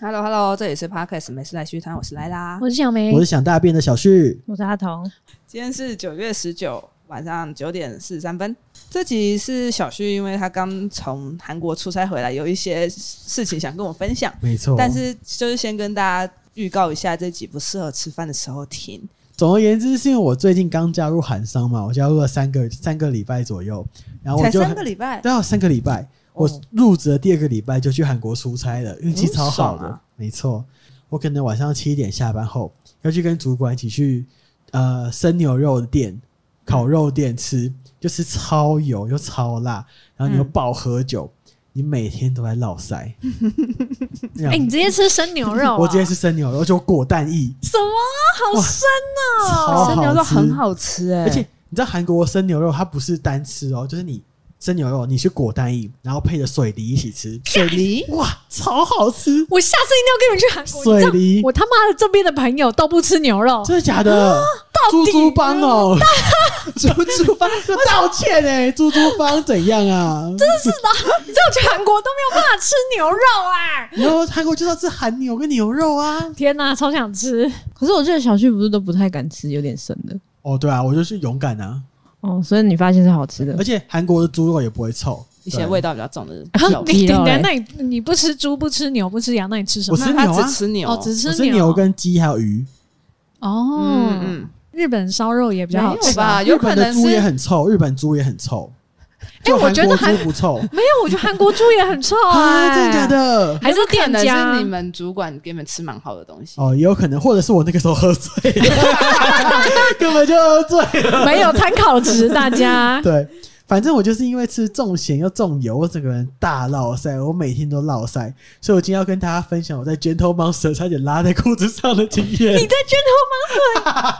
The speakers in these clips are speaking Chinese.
Hello Hello，这里是 Podcast 美食来续摊，我是莱拉。我是小梅我，是想大便的小旭，我是阿童。今天是九月十九晚上九点四十三分。这集是小旭，因为他刚从韩国出差回来，有一些事情想跟我分享，没错。但是就是先跟大家预告一下，这集不适合吃饭的时候听。总而言之，是因为我最近刚加入韩商嘛，我加入了三个三个礼拜左右，然哦后我才就三个礼拜，对啊，三个礼拜，我哦入职的第二个礼拜就去韩国出差了，运气嗯超好爽的，啊没错。我可能晚上七点下班后要去跟主管一起去呃生牛肉店、烤肉店吃，就吃超油又超辣，然后你又嗯暴喝酒，你每天都在落腮。这样哎、你直接吃生牛肉、啊？我直接吃生牛肉，就果蛋意，什么？啊好哇生超哦、好生牛肉吃欸很好吃哎、而且你知道韩国生牛肉它不是单吃哦，就是你生牛肉你去裹蛋液，然后配着水梨一起吃，水梨哇，超好吃！我下次一定要跟你们去韩国。你水知道梨我他妈的这边的朋友都不吃牛肉，真的假的？猪啊猪帮哦， 猪猪帮就道歉哎，猪猪帮怎样啊？你知道我去韩国都没有办法吃牛肉啊！然后韩国就是要吃韩牛跟牛肉啊。天哪、超想吃！可是我记得小旭不是都不太敢吃有点生的哦，对啊，我就是勇敢啊，哦，所以你发现是好吃的而。且韩国的猪肉也不会臭，一些对味道比较重的啊肉，你鸡肉你嘞那你你不吃猪不吃牛不吃羊，那你吃什 欸我么？吃那牛他啊只，吃牛，哦，只我吃吃牛跟鸡还有鱼。哦、嗯嗯，日本烧肉也比较好没有吃啊吧？日有可本能的猪也是很臭，日本猪也很臭。哎就我觉得韩国猪不臭没有，我觉得韩国猪也很臭啊，真的假？的？还是可店能家？是你们主管给你们吃蛮好的东西。哦，也有可能，或者是我那个时候喝 醉了，根本就喝醉了。没有参考值，大 家。对，反正我就是因为吃重咸又重油，我整个人大落腮，我每天都落腮，所以我今天要跟大家分享我在 Gentle Monster 差点拉在裤子上的经验你。在卷头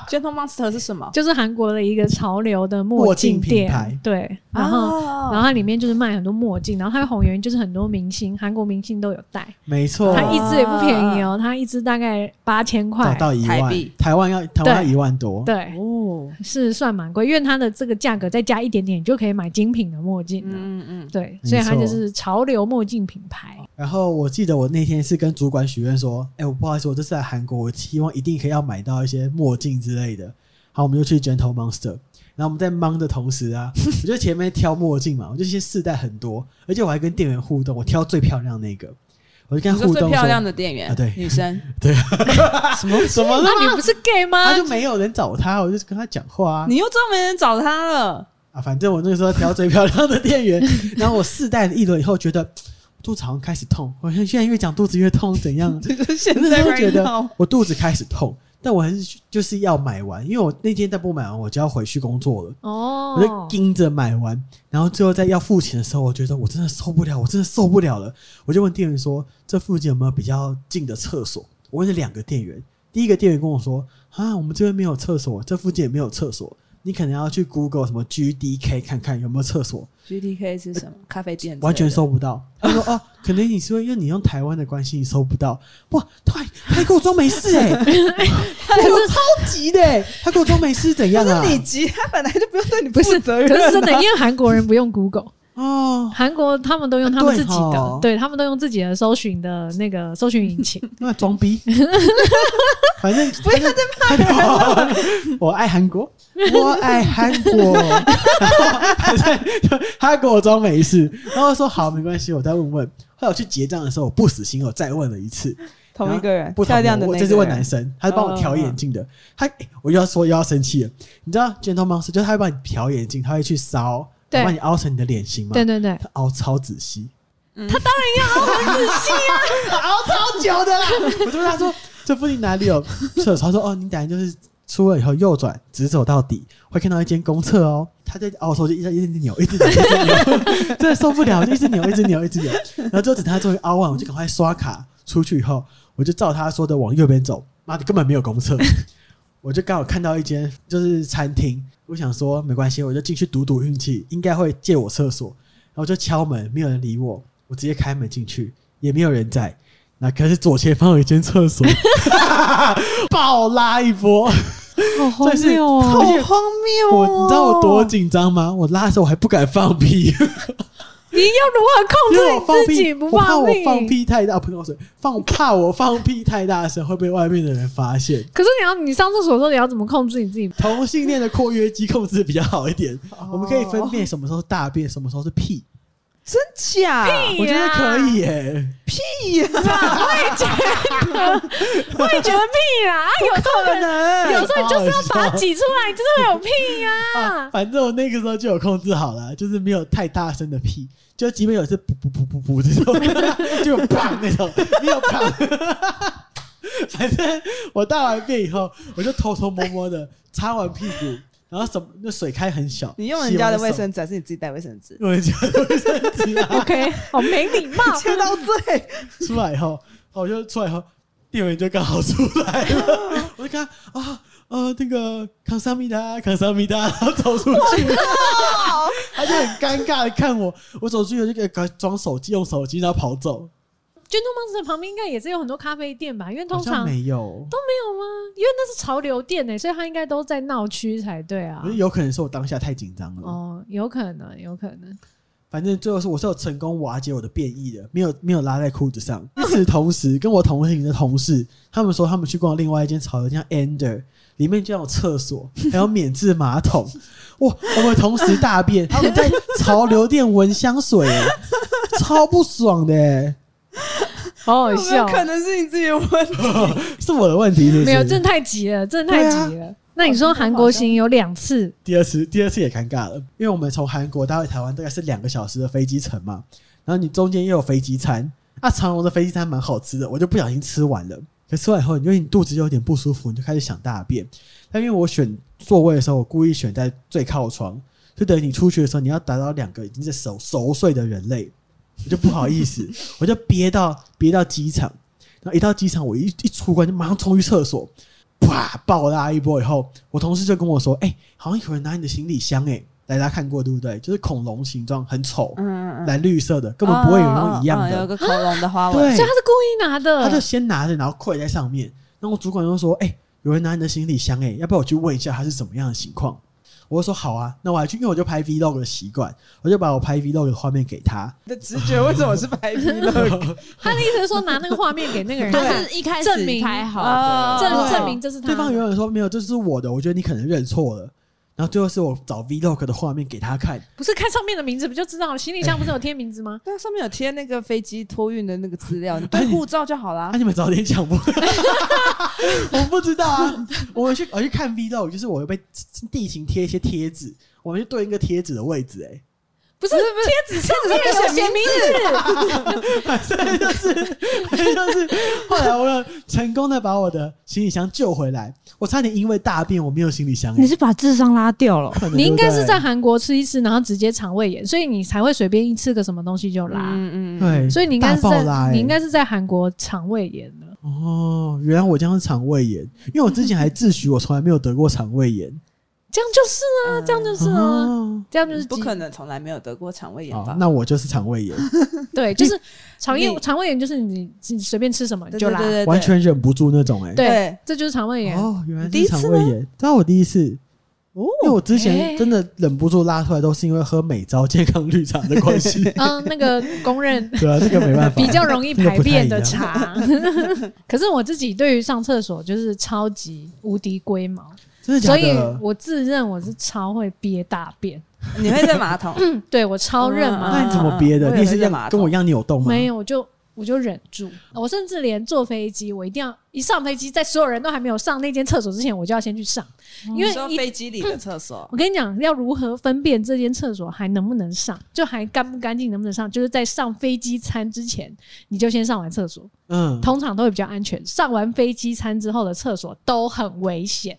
Gentle Monster 是什么？就是韩国的一个潮流的墨镜墨镜品店，牌对，然后、哦然后它里面就是卖很多墨镜，然后它的红圆就是很多明星，韩国明星都有戴，没错它，一只也不便宜哦，它一只大概八千找块，到一台万币，台湾要台湾要一万多。对，哦，是算蛮贵，因为它的这个价格再加一点点，你就可以买精品的墨镜了。嗯嗯对，没错所以它就是潮流墨镜品牌。然后我记得我那天是跟主管许愿说，哎、我不好意思，我这次来韩国，我希望一定可以要买到一些墨镜之类的。好，我们就去 Gentle Monster。然后我们在忙的同时 啊，我就前面挑墨镜嘛，我就先试戴很多，而且我还跟店员互动，我挑最漂亮那个，我就嗯，跟你他说互最动漂亮说，的店员，啊对女 生，什么 什么那、了啊你不是 gay 吗他？啊就没有人找他，我就跟他讲话啊你又知道没人找他了，啊，反正我那个时候挑最漂亮的店 员，然后我试戴了一轮以后，觉得肚子好像开始痛，我现在越讲肚子越痛，怎样？ 就是现可在是我觉 right 得 now 我肚子开始痛，但我还是就是要买完，因为我那天再不买完，我就要回去工作了。哦，我就盯着买完，然后最后在要付钱的时候，我觉得我真的受不了，我真的受不了了。我就问店员说：“这附近有没有比较近的厕所？”我问了两个店员，第一个店员跟我说：“啊，我们这边没有厕所，这附近也没有厕所，你可能要去 Google 什么 GDK 看看有没有厕所。” GDK 是什么？咖啡店之类的，呃完全搜不到。他说：“哦，可能你是因为你用台湾的关系，你搜不到。”哇，他还他还给我装没事哎、欸，我超级的、欸，他给我装没事怎样啊不？是你急，他本来就不用对你不负是，责任可啊，是真的，因为韩国人不用 Google。哦，韩国他们都用他们自己对的吼，对他们都用自己的搜寻的那个搜寻引擎。那装 逼，反正不要再骂人 我爱韩国，我爱韩国。然后他在他给我装没事，然后我说好没关系，我再问问。后来我去结账的时候，我不死心，我再问了一次， 同一个人，啊不同漂的亮的那我个这是问人哦男生，他是帮我调眼镜的。他、诶我又要说又要生气了，你知道 gentle monster 就是他会帮你调眼镜，他会去烧，对帮你凹成你的脸型嘛。对对对，他凹超仔细，嗯他当然要 凹很仔细啊，凹超久的啦。我就问他说：“这附近哪里有厕所？”他说：“哦，你等下就是出了以后右转，直走到底，会看到一间公厕哦。”他在凹的时候就一直一直扭，一直扭，一直扭，真的受不了，就一直扭，一直扭，一直扭。然后之后等他终于凹完，我就赶快刷卡出去以后，我就照他说的往右边走，妈的根本没有公厕。我就刚好看到一间就是餐厅，我想说没关系，我就进去赌赌运气，应该会借我厕所。然后我就敲门，没有人理我，我直接开门进去，也没有人在。那可是左前方有一间厕所， 暴拉一波。好荒这是谬哦！好而且荒谬、我哦！你知道我多紧张吗？我拉的时候我还不敢放屁，你因为我要如何放控制你自屁，己不我怕我屁？放屁太大，喷口水，放怕我放屁太大声会被外面的人发现。可是你要你上厕所的时候，你要怎么控制你自己？同性恋的括约肌控制比较好一点，哦我们可以分辨什么时候是大便，什么时候是屁。真假？啊啊我觉得可以耶、屁呀、我也觉得屁 啦，啊，有时不可候能！有时候你就是要把它挤出来，就是会有屁啊呀。反正我那个时候就有控制好了，就是没有太大声的屁，就即便有一次噗噗噗噗噗这种， 就有砰那种，没有砰。 反正我大完便以后，我就偷偷摸摸的擦完屁股，然后什么那水开很小，你用人家的卫洗完手，生纸还是你自己带卫生纸？用人家的卫生纸啊 OK，好没礼貌。切到最，出来以后，哦我就出来以后，店员就刚好出来了，我就看他啊呃那个康萨米达康萨米达，然后走出去， 他就很尴尬的看我，我走出去我就给他装手机用手机，然后跑走， Gentle Monster 旁边应该也是有很多咖啡店吧？因为好通像常没有，都没有吗？因为那是潮流店呢、欸所以它应该都在闹区才对啊我觉。得有可能是我当下太紧张了，哦，有可能，有可能。反正最后是我是有成功瓦解我的变异的，没有没有拉在裤子上。与此同时，跟我同行的同事他们说，他们去逛另外一间潮流店叫 Ender，里面就有 厕所，还有免治马桶。哇，我们同时大便，他们在潮流店闻 香水、欸，超不爽的、欸，好好有没有笑，可能是你自己的问题？是我的问题是不是？没有，真的太急了，真的太啊急了。那你哦说韩国行有两次，第二次，第二次也尴尬了，因为我们从韩国到台湾大概是两个小时的飞机程嘛，然后你中间又有飞机餐，啊，长隆的飞机餐蛮好吃的，我就不小心吃完了。可吃完以后，因为你肚子有点不舒服，你就开始想大便。但因为我选座位的时候，我故意选在最靠窗，就等于你出去的时候，你要打扰两个已经是熟熟睡的人类，我就不好意思，我就憋到憋到机场，然后一到机场，我一一出关就马上冲去厕所，啪爆拉一波以后，我同事就跟我说：“哎、好像有人拿你的行李箱、哎，大家看过对不对？就是恐龙形状，很丑，嗯蓝绿色的，根本不会有人用一样嗯嗯嗯有的。个恐龙的花纹。对所以他是故意拿的。他就先拿着，然后跪在上面。然后我主管就说：“哎、有人拿你的行李箱、哎，要不要我去问一下他是什么样的情况？”我就说：“好啊，那我还去，因为我就拍 vlog 的习惯，我就把我拍 vlog 的画面给他。你的直觉为什么是白皮 的？他的意思是说拿那个画面给那个人他看，是一开证明始拍好哦的，证对证明这是他的。啊对方原本说：“没有，这是我的，我觉得你可能认错了。”然后最后是我找 vlog 的画面给他看，不是看上面的名字不就知道了？行李箱不是有贴名字吗？但上面有贴那个飞机托运的那个资料，你对护照就好啦啊，。你们早点讲不？ 我不知道啊，我去我去看 vlog，就是我会被地形贴一些贴纸，我们去对应一个贴纸的位置、哎。不是贴纸上贴纸上面有写写名字，所以就是，所以就是，后来我有成功的把我的行李箱救回来。我差点因为大便我没有行李箱、欸你是把智商拉掉了。可能你应该是在对韩国吃一吃，然后直接肠胃炎，所以你才会随便一吃个什么东西就拉。嗯不对对，所以你应该是大爆拉在欸你应该是在韩国肠胃炎了。哦，原来我这样是肠胃炎，因为我之前还自诩我从来没有得过肠胃炎。这样就是啊，嗯这样就是啊，哦，这样就是不急可能从来没有得过肠胃炎好吧？那我就是肠胃 炎，对，就是 肠你胃肠胃炎就是你你随便吃什么你就拉，对完全忍不住那种哎、对对这就是肠胃炎。哦，原来第一是次肠呢胃炎，知道我第一次。哦因为我之前哎真的忍不住拉出来，都是因为喝美招健康绿茶的关系， 嗯，那个公认对啊，这个没办法， 比较容易这个排不太便一的样茶。 可是我自己对于上厕所就是超级无敌龟毛，真的假所以的？我自认我是超会憋大便。你会在马桶？嗯，对我超认嗯嘛，那你怎么憋的？嗯嗯你也是我也会一样在马桶跟我一样扭动吗？没有，我就我就忍住。我甚至连坐飞机，我一定要一上飞机，在所有人都还没有上那间厕所之前，我就要先去上，因为哦你说一飞机里的厕所我跟你讲，要如何分辨这间厕所还能不能上，就还干不干净，能不能上，就是在上飞机餐之前，你就先上完厕所，嗯，通常都会比较安全。上完飞机餐之后的厕所都很危险，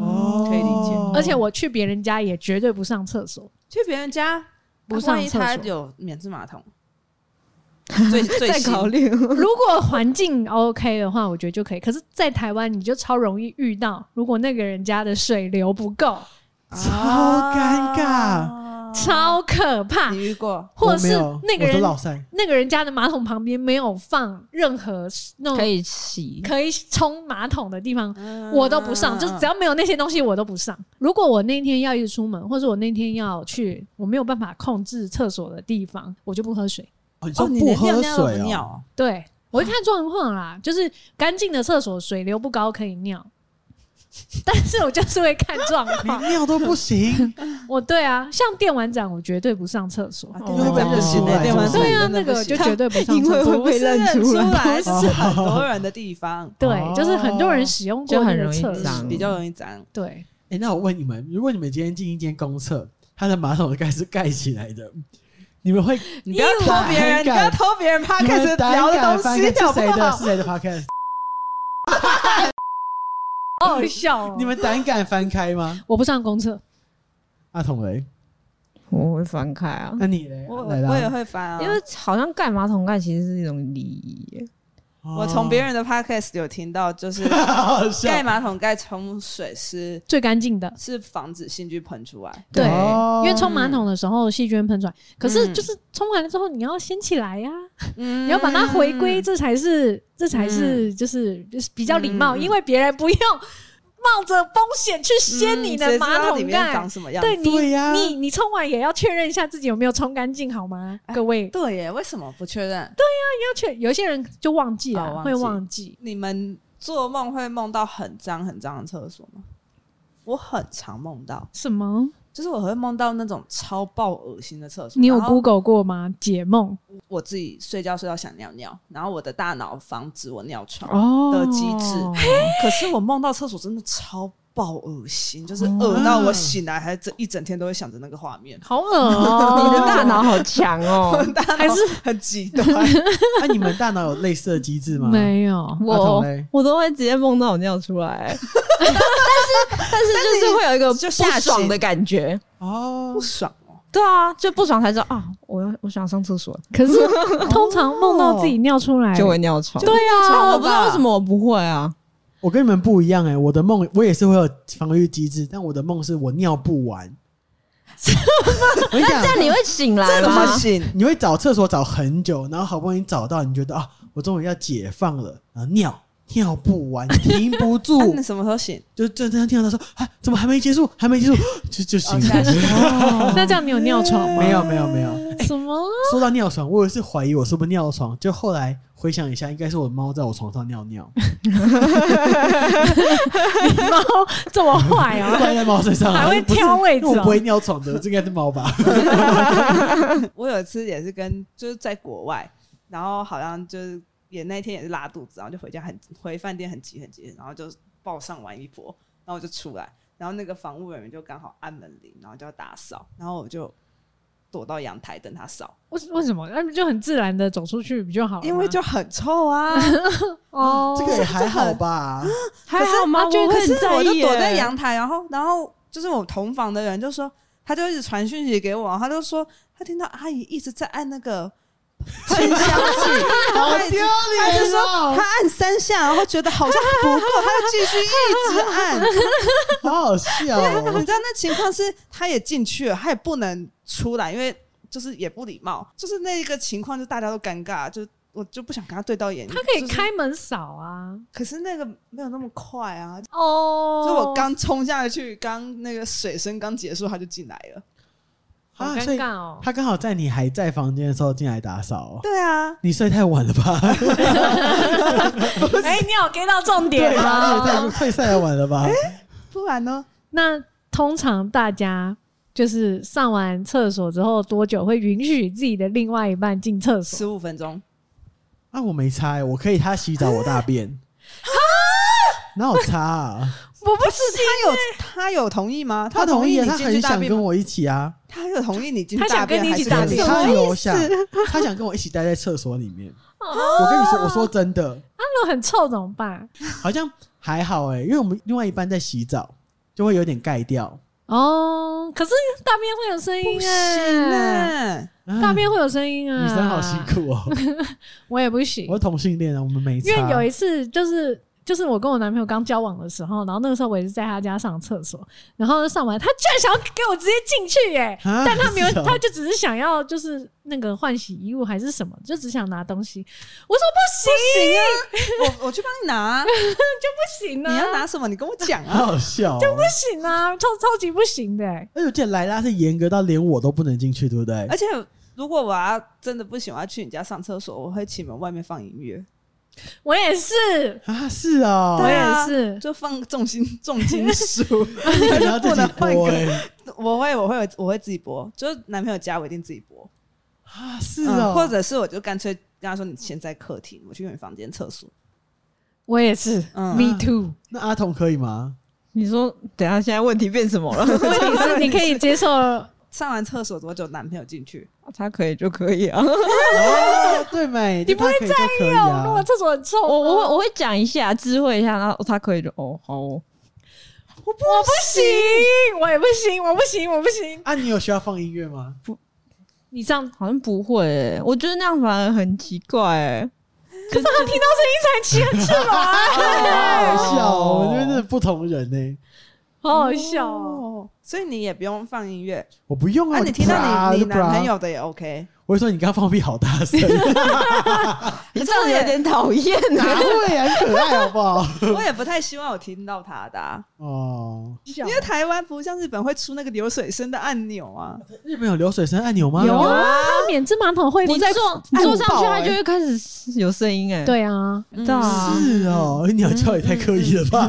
哦，可以理解而且我去别人家也绝对不上厕所，去别人家，那不万上一厕他所。有免治马桶，最最再新考虑。如果环境 OK 的话，我觉得就可以。可是，在台湾你就超容易遇到，如果那个人家的水流不够，超尴尬啊超可怕你，遇过？或我者没是有那个我都人老塞，那个人家的马桶旁边没有放任何那 种可以洗，可以冲马桶的地方，我都不上，就是只要没有那些东西，我都不上。如果我那天要一直出门，或者我那天要去我没有办法控制厕所的地方，我就不喝水。哦你哦，说你不连尿喝尿都不水尿哦，哦，对我会看状况啦，就是干净的厕所水流不高可以尿， 但是我就是会看状况。你尿 都不行， 我对啊，像电玩展，我绝对不上厕所啊。哦电玩展不行哦欸电玩展对啊，真的那个不我就行绝对不上因厕为所。，会被认出出来来，是很多人的地方对，就是很多人使用过哦就那很个容易厕所脏。比较容易脏。对，哎、那我问你们，如果你们今天进一间公厕，它的马桶的盖是盖起来的，你 们会你不要偷别人，你不要偷别人 p 你 o 们 d c 胆聊敢的东翻西，开是好谁不的？好是？谁的 podcast？好好笑哦。你们胆敢翻开吗？我不上公厕，阿童雷，我会翻开啊，那你嘞？嗯我来啦我也，会翻啊，因为好像盖马桶盖其实是一种礼仪耶。我从别人的 podcast 有听到，就是 哦好好笑盖马桶盖冲水是最干净的。是防止细菌喷出来。对，哦因为冲马桶的时候细菌喷出来，可是嗯就是冲完了之后你要掀起来呀、嗯你要把它回归，这才是这才是就是就是比较礼貌，嗯嗯因为别人不用冒着风险去掀你的马嗯谁桶知道里面盖长。什么样子？对对你，呀你你冲完也要确认一下自己有没有冲干净，好吗？哎各位对耶，为什么不确认？要确，有些人就忘记哦了，忘记会忘记。你们做梦会梦到很脏很脏的厕所吗？我很常梦到，什么？就是我会梦到那种超爆恶心的厕所。你有然后 Google 过吗？解梦我自己睡觉睡到想尿尿，然后我的大脑防止我尿床，哦的机制可是我梦到厕所真的超爆恶心，就是恶到我醒来还整一整天都会想着那个画面。好恶哦！你 的大脑好强 哦！大脑还是很极 端，那、啊你们大脑有类似的机制吗？没有，阿童我嘞我都会直接梦到我尿出来， 但是但是就是会有一个就不爽的感觉。哦不，爽哦。对啊，就不爽才知道啊，我要我想上厕所，可是 通常梦到自己尿出来，就会尿床。对啊，啊，我不知道为什么我不会啊。我跟你们不一样哎、我的梦我也是会有防御机制，但我的梦是我尿不完。我跟你讲这，样你会醒来怎么吗？醒？你会找厕所找很久，然后好不容易找到，你觉得啊，我终于要解放了，然后尿尿不完，停不 啊那住啊你，什么时候醒？ 就正正听到他说啊，怎么还没结束？还没结束，就就醒哦吓了。 那这样你有尿床吗？ 哎没有没有没有，什 么？说到尿床，我也是怀疑我是不是尿床，就后来回想一下，应该是我猫在我床上 尿尿，猫这么坏不啊？然在猫身上啊，还会不是挑位置因为我不哦会尿床的，这应该是猫吧？我有一次也是跟就是在国外，然后好像就是也那天也是拉肚子，然后就回家很回饭店很急很急，然后就报上完一波，然后我就出来，然后那个房务人员就刚好按门铃，然后就要打扫，然后我就躲到阳台等他扫，为为什么？那不就很自然的走出去不就好了吗？因为就很臭 啊。哦，这个也还好吧？还好吗？可是我可会是很在我啊就意耶躲在阳台，然后然后就是我同房的人就说，他就一直传讯息给我，他就说他听到阿姨一直在按那个喷香剂，然后好他一直丢他就脸说哦他，按三下，然后觉得好像不够，他就继续一直按。 好好笑你哦知。道那情况是，他也进去了，他也不能出来，因为就是也不礼貌，就是那一个情况，就大家都尴尬，就我就不想跟他对到眼。他可以就是开门扫啊。可是那个没有那么快啊，哦，就我刚冲下去，刚那个水声刚结束，他就进来了。好啊，所尴以尬 哦。他刚好在你还在房间的时候进来打扫哦。对啊，你睡太晚了吧？哎，你有 get 到重对点啊，你也太吗？太太晚了吧？不然呢？那通常大家就是上完厕所之后多久会允许自己的另外一半进厕所？十五分钟，啊，我没擦、欸，我可以他洗澡我大便，哪有擦、啊？我不是他有他有同意吗？他同意啊，你他进去很大想便跟吗？我一起啊，他有同意你进去他想大便跟你还一是起大跟便你他有想，他想跟我一起待在厕所里面。我跟你说，我说真的，那很臭怎么办？好像还好哎、因为我们另外一半在洗澡，就会有点盖掉。哦，可是大便会有声不音行哎、哎，啊大便会有声音啊！女生好辛，苦哦、我也不行我。是同性恋啊，我们没因为有差。一次就是就是我跟我男朋友刚交往的时候，然后那个时候我也是在他家上厕所，然后上完他居然想要给我直接进去耶、啊但他没有，是哦他就只是想要就是那个换洗衣物还是什么，就只想拿东西。我说我我去帮你拿，不行，不行你啊，要拿什么？你跟我讲好啊。好笑、哦。哎不行啊，超超级不行的、欸。而且我记得莱拉是严格到连我都不能进去，对不对？ 哎而且如果我要真的不行，我要去你家上厕所，我会请门外面放音乐，我也是，啊，是哦、我对啊也是。就放重金重金属。你要自己播哎、 我会，我会，我会自己播。就是男朋友家，我一定自己播。啊，是嗯哦、或者是我就干脆跟他说：“你先在客厅，我去你房间厕所。我也是、嗯 m e too。那阿童可 以吗？你说，等一下现在问题变什么了？问题是，你可以接受上完厕所多久，男朋友进去？他可以就可以啊。哦，对没？你不会那他可以就可以哦啊如果厕所很臭，我我会我我会讲一下，知会一下，然后他可以就哦好哦。我不行，我也不行，我不行，我不行。啊，你有需要放音 乐吗？你这样好像不会、欸，我觉得那样反而很奇怪、欸。可是他听到声音才起翅膀，好好笑、哦，哦我觉得真的不同人欸呢、 好好笑哦，哦！所以你也不用放音乐。我不用啊，啊，你听到你你男朋，我就啪就啪友的也 OK。我会说你刚刚放屁好大 声，你这样有点讨厌呢。哪会啊，很可爱好不好？我也不太希望我听到他的、啊，哦，嗯因为台湾不像日本会出那个流水声的按钮啊。日本有流水声按钮吗？有啊，免治马桶 会你坐按坐上去，爆他欸就会开始有声音哎、欸。哎对啊嗯对啊是哦，嗯鸟叫也太刻意了吧？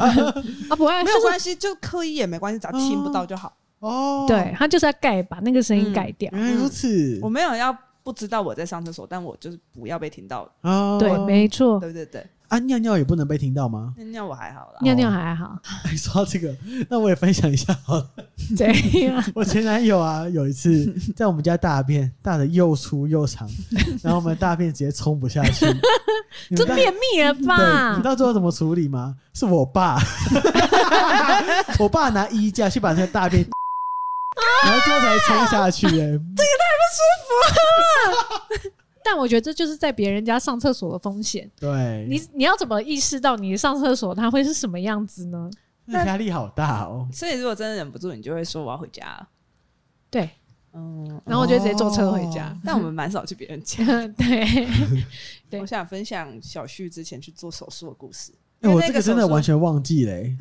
啊不会没就有是关系，就刻意也没关系，只要听不到就好。哦， 对，嗯他就是要盖把那个声音嗯盖掉，原来如此我没有要不知道我在上厕所，但我就是不要被听到。哦，对，没错，对对对，啊，尿尿也不能被听到吗？ 那那我还好啦。尿尿还好，哎说到这个，那我也分享一下好 了。对呀，我前男友啊，有 一次在我们家大便，大的又粗又长，然后我们大便直接冲不下 去，你这们大便秘了对，你吧知？道最后怎么处理吗？是 我爸， 我爸拿衣架去把那个大便， 然后最后才冲下去、 哎，但我觉得这就是在别人家上厕所的风险。对，你你要怎么意识到你上厕所它会是什么样子呢？那压力好大哦。所以如果真的忍不住，你就会说我要回家了。对，嗯，然后我就直接坐车回家哦。但我们蛮少去别人家。 对，对我想分享小旭之前去做手术的故事。因哎、我为那这个真的手术啊完全忘记嘞、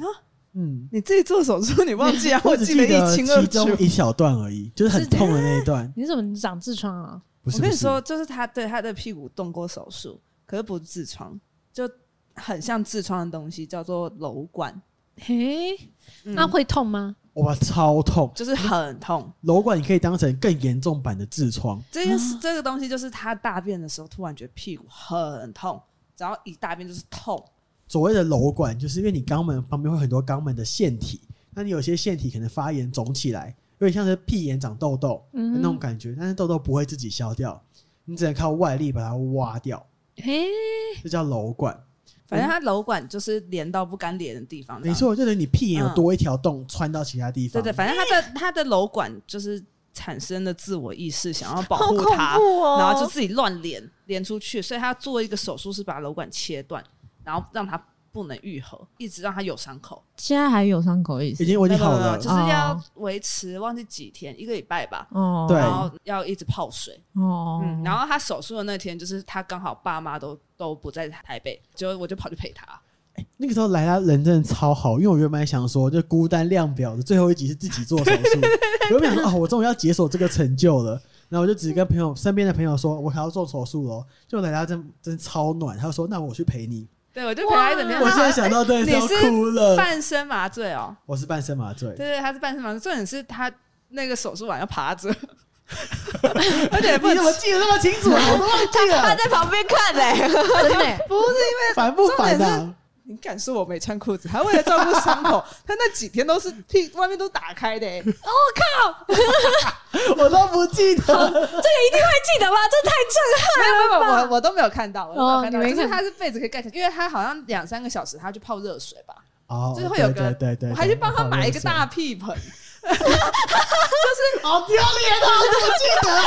嗯，你自己做手术，你忘记啊？我 我只记得一清二其楚中。一小段而已，就是很痛的那一段。你怎么长痔疮啊？不是，我跟你不是说，，就是他对他的屁股动过手术，可是不是痔疮，就很像痔疮的东西，叫做瘘管。嘿，嗯那会痛吗？哇，超痛！就是很痛。楼管你可以当成更严重版的痔疮，这件事，这个东西就是他大便的时候突然觉得屁股很痛，只要一大便就是痛。所谓的瘘管，就是因为你肛门旁边会有很多肛门的腺体，那你有些腺体可能发炎肿起来，有点像是屁眼长痘痘的嗯哼那种感觉，但是痘痘不会自己消掉，你只能靠外力把它挖掉，嘿，哎这叫瘘管。反正他瘘管就是连到不该连的地方。没，错，就是你屁眼有多一条洞穿到其他地对方。嗯对，反正他的他的瘘管就是产生了自我意识，想要保好护恐他，怖哦然后就自己乱连连出去，所以他做一个手术是把瘘管切断，然后让他不能愈合，一直让他有伤口。啊现在还有伤口的意思已经我已经没有哦好没有没有了就，是要维持忘记几天，一个礼拜吧，哦，对然后要一直泡水。哦，嗯，然后他手术的那天，就是他刚好爸妈都都不在台北，就我就跑去陪他。那个时候莱拉人真的超好，因为我原本想说，就孤单量表的最后一集是自己做手 术，我原本想说，哦，我终于要解锁这个成就了。然后我就只跟朋友身边的朋友说，我还要做手术哦。就莱拉真真超暖，她说：“那我去陪你。对，我就陪他一整天。我现在他想到真的啊你要是哭了。半身麻醉哦，我是半身麻醉对，对，他是半身麻醉，重点是他那个手术完要趴着， 而且不你怎能么记得那么清楚啊？我都忘记他了，在旁边看嘞、真的欸、不是因为烦不烦重啊？你敢说我没穿裤子？还为了照顾伤口，他那几天都是屁外面都打开的、欸，我都不记得。这个一定会记得吧？这太震撼！没有没有，我我都没有看到，我都没有看到，哦你没就是他看是被子可以盖起来，因为他好像两三个小时他去泡热水吧，哦就是会有个对对对，我还去帮他买一个大屁盆，好丢脸啊！我怎么记得啊？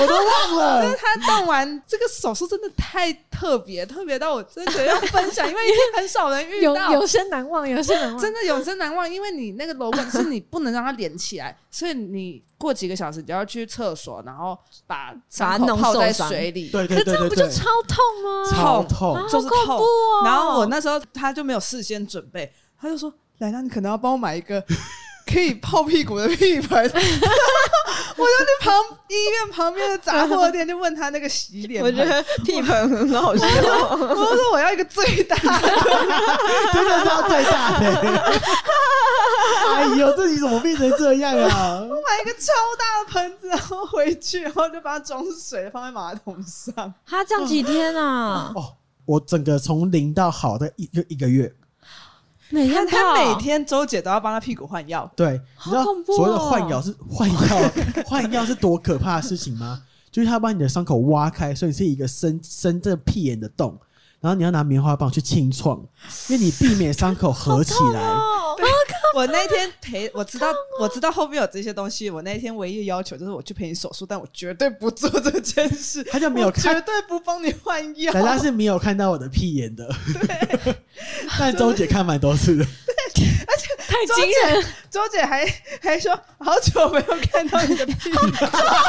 我都忘但了是。他动完这个手术真的太特别，特别到我真的觉得要分享，因为很少人遇有到， 有生难忘，有生难忘。真的永生难忘，因为你那个楼纹是你不能让它连起来，所以你过几个小时你就要去厕所，然后把伤口把它弄泡在受伤水里，对可对是对这样对不就对，超痛吗？超啊痛！就是好恐痛怖哦！然后我那时候他就没有事先准备，他就说：“莱拉，你可能要帮我买一 个可以泡屁股的屁盆。” 我就去旁医院旁边的杂货店，就问他那个洗脸我盆。觉得屁盆很好笑，我就说我要一个最大的，真的是要最大的。哎呦，这你怎么变成这样啊？买一个超大的盆子，然后回去，然后就把它装水放在马桶上。他这样几 天啊？哦，我整个从零到好的一就一个月，每他天他每泡天周姐都要帮他屁股换药，对，你知道好恐怖哦所谓的换药是换药，换药是多可怕的事情吗？就是他把你的伤口挖开，所以是一个深深这屁眼的洞，然后你要拿棉花棒去清创，因为你避免伤口合起来。哦我那天陪我知道、啊我知道后面有这些东西，我那天唯一的要求就是我去陪你手术，但我绝对不做这件事，他就没有我绝看，对不帮你换药。大家是没有看到我的屁眼的。但周姐看蛮多次 的，太惊人了！周姐还还说好久没有看到你 的屁股，烦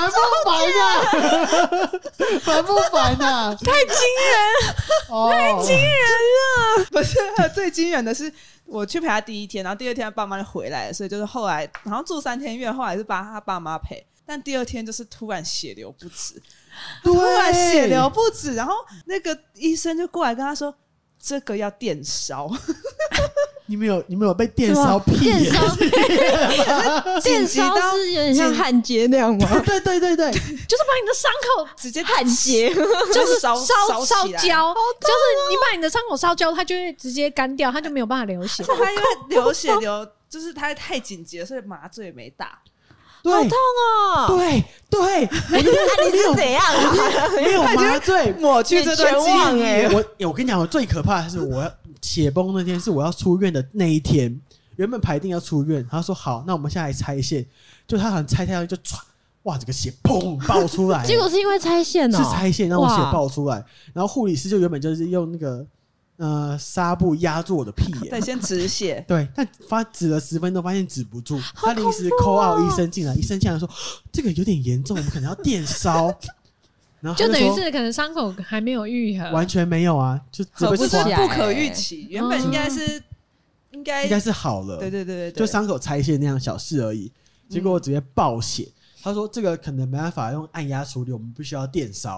不烦啊？ 烦不烦啊？太惊人哦，不是呃最惊人的是，我去陪他第一天，然后第二天他爸妈就回来了，所以就是后来好像住三天院，后来是把他爸妈陪。但第二天就是突然血流不止，对突然血流不止，然后那个医生就过来跟他说：“这个要电烧。” 你们有你们有被电烧屁电 眼？烧，电紧急到烧是有点像焊接那样吗？哦对对对对，就是把你的伤口直接焊 接，就是烧 烧烧烧起来焦，就是你把你的伤口烧焦，它就会直接干掉，它就没有办法流血而。且他因为流 血流，就是他太紧急了，所以麻醉没打。对 哦，对对，我就那 哎你是怎样啊？没有麻醉。抹去这段你全忘记忆，欸我哎我跟你讲，我最可怕的是我要血崩那天，是我要出院的那一天。原本排定要出院，他说好，那我们现在来拆线。就他好像拆开就唰，哇，整个血砰爆出来， 结果是因为拆线哦，是拆线让我血哇爆出来。然后护理师就原本就是用那个呃纱布压住我的屁眼对，，先止 血。对，但发止了十分钟，发现止不住，他临时 call out 医生进来，医生进来说这个有点严重，我们可能要电烧， 然后他就就等于说是可能伤口还没有愈合，完全没有啊，就只合被不不是起抓，来不可预期，原本应该是应该欸嗯应该是好了，对对对对就对，伤口拆线那样小事而已，结果我直接爆血。他说这个可能没办法用按压处理，我们必须要电烧，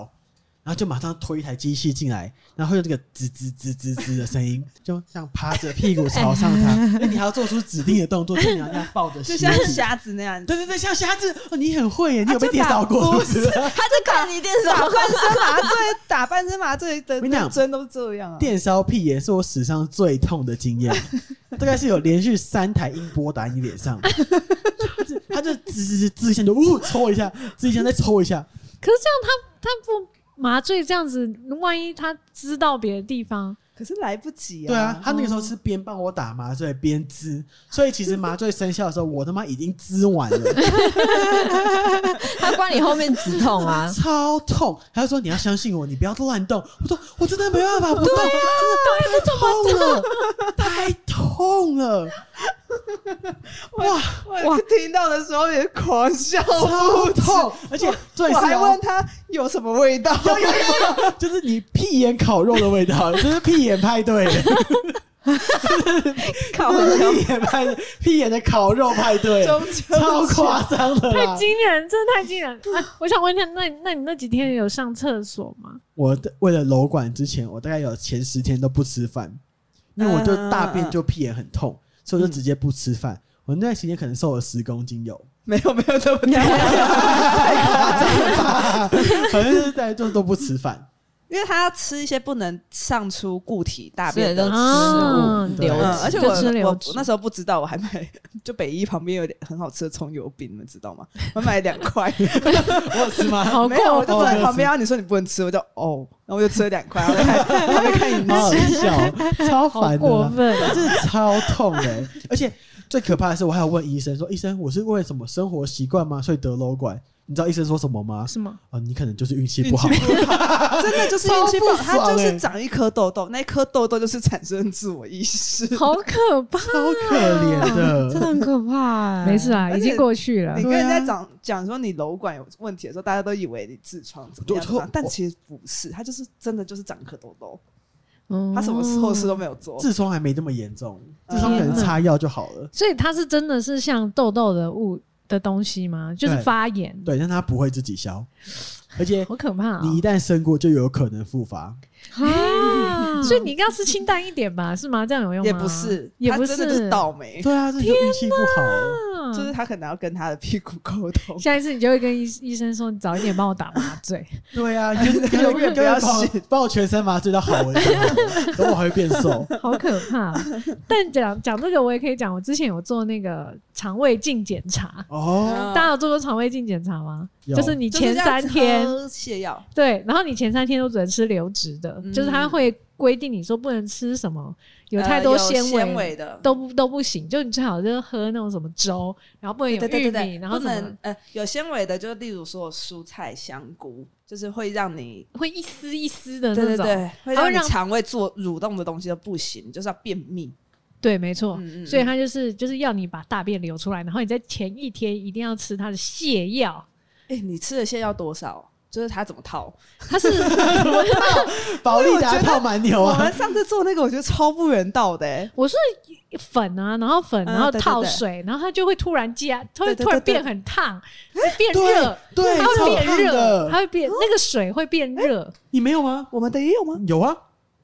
然后就马上推一台机器进来，然后用这个吱吱吱吱吱的声音，就这样趴着屁股朝上他，因为你还要做出指定的动作，就你要这样抱着血就体，像瞎子那样。对对对，像瞎子，哦，你很会耶，你有被啊电烧过不是不是？他在看你电打烧，半身麻醉， 打半身麻醉的我跟你讲针都是这样啊。电烧屁眼是我史上最痛的经验，大概是有连续三台音波打你脸上，他就滋滋滋滋一下就呜抽一下，滋一下再抽一下，可是这样他他不麻醉这样子，万一他知道别的地方，可是来不及对啊，，他那个时候是边帮我打麻醉边滋，所以其实麻醉生效的时候，我他妈已经滋完了，，他关你后面止痛啊 超痛。他就说你要相信我，你不要乱动。我说我真的没办法不啊动，真的太痛了，太痛了。 我听到的时候也狂笑超不止痛，而且最哦我是还哦问，他有什么味道，就是你屁眼烤肉的味道， 就是屁眼派对，靠就是屁眼派对，屁眼的烤肉派对，中秋超夸张的太啦！惊人，真的太惊人。啊、我想问一下，那那你那几天有上厕所吗？我的为了楼管之前，我大概有前十天都不吃饭，因为我就大便就屁眼很痛，所以我就直接不吃饭。我那段时间可能瘦了十公斤有， 没有没有 这么大，反正就是大家就都不吃饭，因为他要吃一些不能上出固体大所以便都的。吃啊物对流嗯，质而且就我吃流我我质那时候不知道，我还买就北一旁边有点很好吃的葱油饼，你们知道吗？我买两块，我有吃 吗？好没有，我过就坐在旁边，然后啊你说你不能吃，我就哦，然后我就吃了两块，然后在看还没看影好好集，笑哦，超好烦的过啦，分，真的超痛的欸。而且最可怕的是，我还有问医生说：“医生，我是为什么生活习惯吗？所以得 low 怪？”你知道医生说什么吗？是吗？啊，你可能就是运气不 好。真的就是运气不好，超不爽它就是欸长一颗痘痘，那一颗痘痘就是 产生自我意 识。好可怕，超可怜真的。的很可怕 欸。没事啊，而已且经过去了你。跟人家讲讲说你瘘管有问题的时候，大家都以为你痔疮怎么样怎么我样，但其实不是，它就是真的就是长一颗痘痘，嗯他什么后事都没有做。痔疮还没那么严重，痔疮天可能哪擦药就好了。所以它是真的是像痘痘的物的东西吗？就是对发炎，对，但它不会自己消，而且好可怕、哦。你一旦生过，就有可能复发。 啊， 所以你应该吃清淡一点吧？是吗？这样有用吗？也不是，也他不真的就是是。倒霉，对啊，这就运气不好。嗯就是他可能要跟他的屁股沟通，下一次你就会跟医医生说，你早一点帮我打麻醉。对啊，你就永远不要把我信把我全身麻醉到好为止，等我还会变瘦。好可怕！哦但讲讲这个，我也可以讲，我之前有做那个肠胃镜检查。哦，大家有做过肠胃镜检查吗？有就是你前三嗯就天是要喝泻药，对，然后你前三天都只能吃流质的，嗯就是它会规定你说不能吃什么有呃太多有纤维、纤维的都不都不行，就你最好就是喝那种什么粥，然后不能有玉对米，对对对，然后不什么能呃有纤维的，就例如说蔬菜、香菇，就是会让你会一丝一丝的对那对种。对，会它会让你让肠胃做蠕动的东西都不行，就是要便秘。对没错。嗯嗯所以嗯它就是就是要你把大便流出来，然后你在前一天一定要吃它的泻药，哎，你吃的泻药多少？就是他怎么套？它是保利达泡蛮牛我啊们，上次做那个，我觉得超不人道的、欸，我是粉啊，然后粉，嗯然后对对套对水，然后它就会突然加，它对会对突然对对变很烫，变对热，对它会超变烫热，的它会变那个水会变热，你没有吗？我们的也有吗？有啊，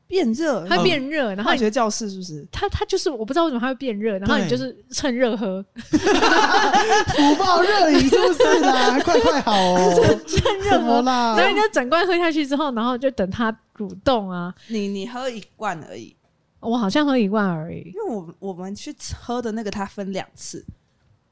变热，它会变热，然后哎嗯化你学教室是不是？它它就是我不知道为什么它会变热，然后你就是趁热喝，不爆热饮是不是啦？快快好哦，趁热怎么喝，哦啦然？后你就整罐喝下去之后，然后就等它蠕动啊。你你喝一罐而已，我好像喝一罐而已因，为我我们去喝的那个，它分两次，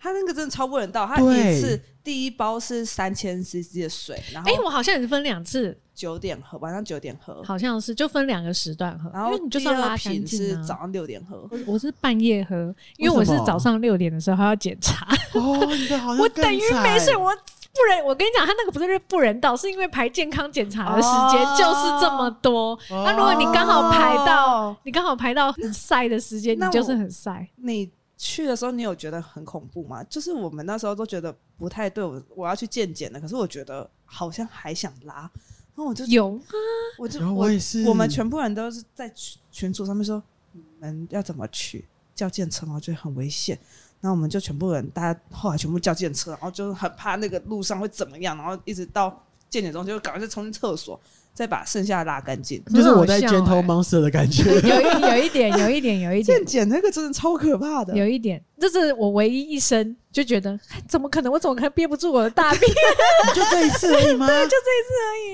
它那个真的超不人道，它对一次第一包是三千 CC 的水，然后哎、我好像也是分两次，九点喝，晚上九点喝，好像是就分两个时段喝，然因后为你就第算二拉干瓶是净早啊。上六点喝，我是半夜喝，因为我为是什么早上六点的时候还要检查，哦，你的好嗯像我等于更没惨睡，我不人，我跟你讲，他那个不是不人道，是因为排健康检查的时间哦就是这么多。哦那、如果你刚好排到，你刚好排到很晒的时间，那你我就是很晒。你去的时候，你有觉得很恐怖吗？就是我们那时候都觉得不太对，我我要去健检的，可是我觉得好像还想拉，然后我就有 我就然后我我也是，我们全部人都是在群群组上面说，你们要怎么去叫建车吗？我觉得很危险。然后我们就全部人，大家后来全部叫建车，然后就很怕那个路上会怎么样，然后一直到健检中心就赶快去冲进厕所，再把剩下的拉干净。就是我在很好笑欸 Gentle Monster 的 感觉，有一有一点，有一 点，有一点健，检那个真的超可怕的，有一点，这是我唯一一生就觉得， 哎怎么可能？我怎么可能憋不住我的大便？ 就这一次而已吗？对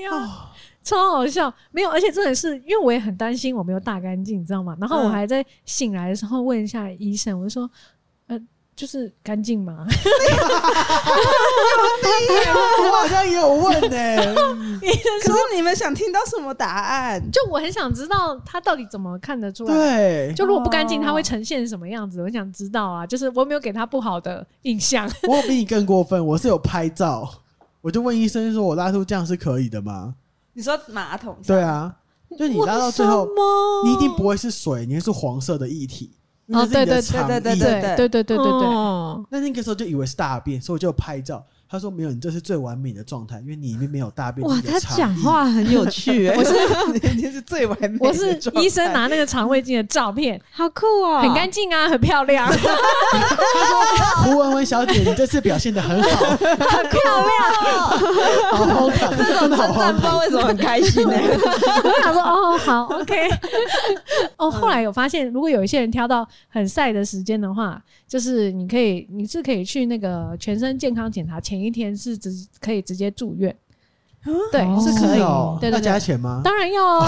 啊，超好笑。没有，而且重点是因为我也很担心我没有大干净，你知道吗？然后我嗯还在醒来的时候问一下医生，我就说，呃，就是干净吗？ 我好像也有问呢，可是你们想听到什么答案？就我很想知道他到底怎么看得出来。对，就如果不干净，它会呈现什么样子？我想知道啊，就是我没有给他不好的印象。我比你更过分，我是有拍照，我就问医生说，我拉出这样是可以的吗？你说马桶上对，啊，就你拉到最后为什，么你一定不会是水，你会是黄色的液体，因为哦那是你对对的肠对对液对 对对对对对 对，哦那那个时候就以为是大便，所以我就拍照。他说没有，你这是最完美的状态，因为你里面没有大便。哇，你的他肠讲液话很有趣哎，我 是 你你是最完美的我是状态医生拿那个肠胃镜的照 片，好酷哦，很干净啊，很漂 亮，很 胡文文小姐，你这次表现的很好，漂亮。好荒唐，真的好荒不知道唐。为什么很开心呢？欸我想说，哦，哦，好，OK。哦，后来有发现，如果有一些人挑到很晒的时间的话，就是你可以，你是可以去那个全身健康检查，前一天是直可以直接住院，对，是可以，哦对对要加对。钱吗？ 当然要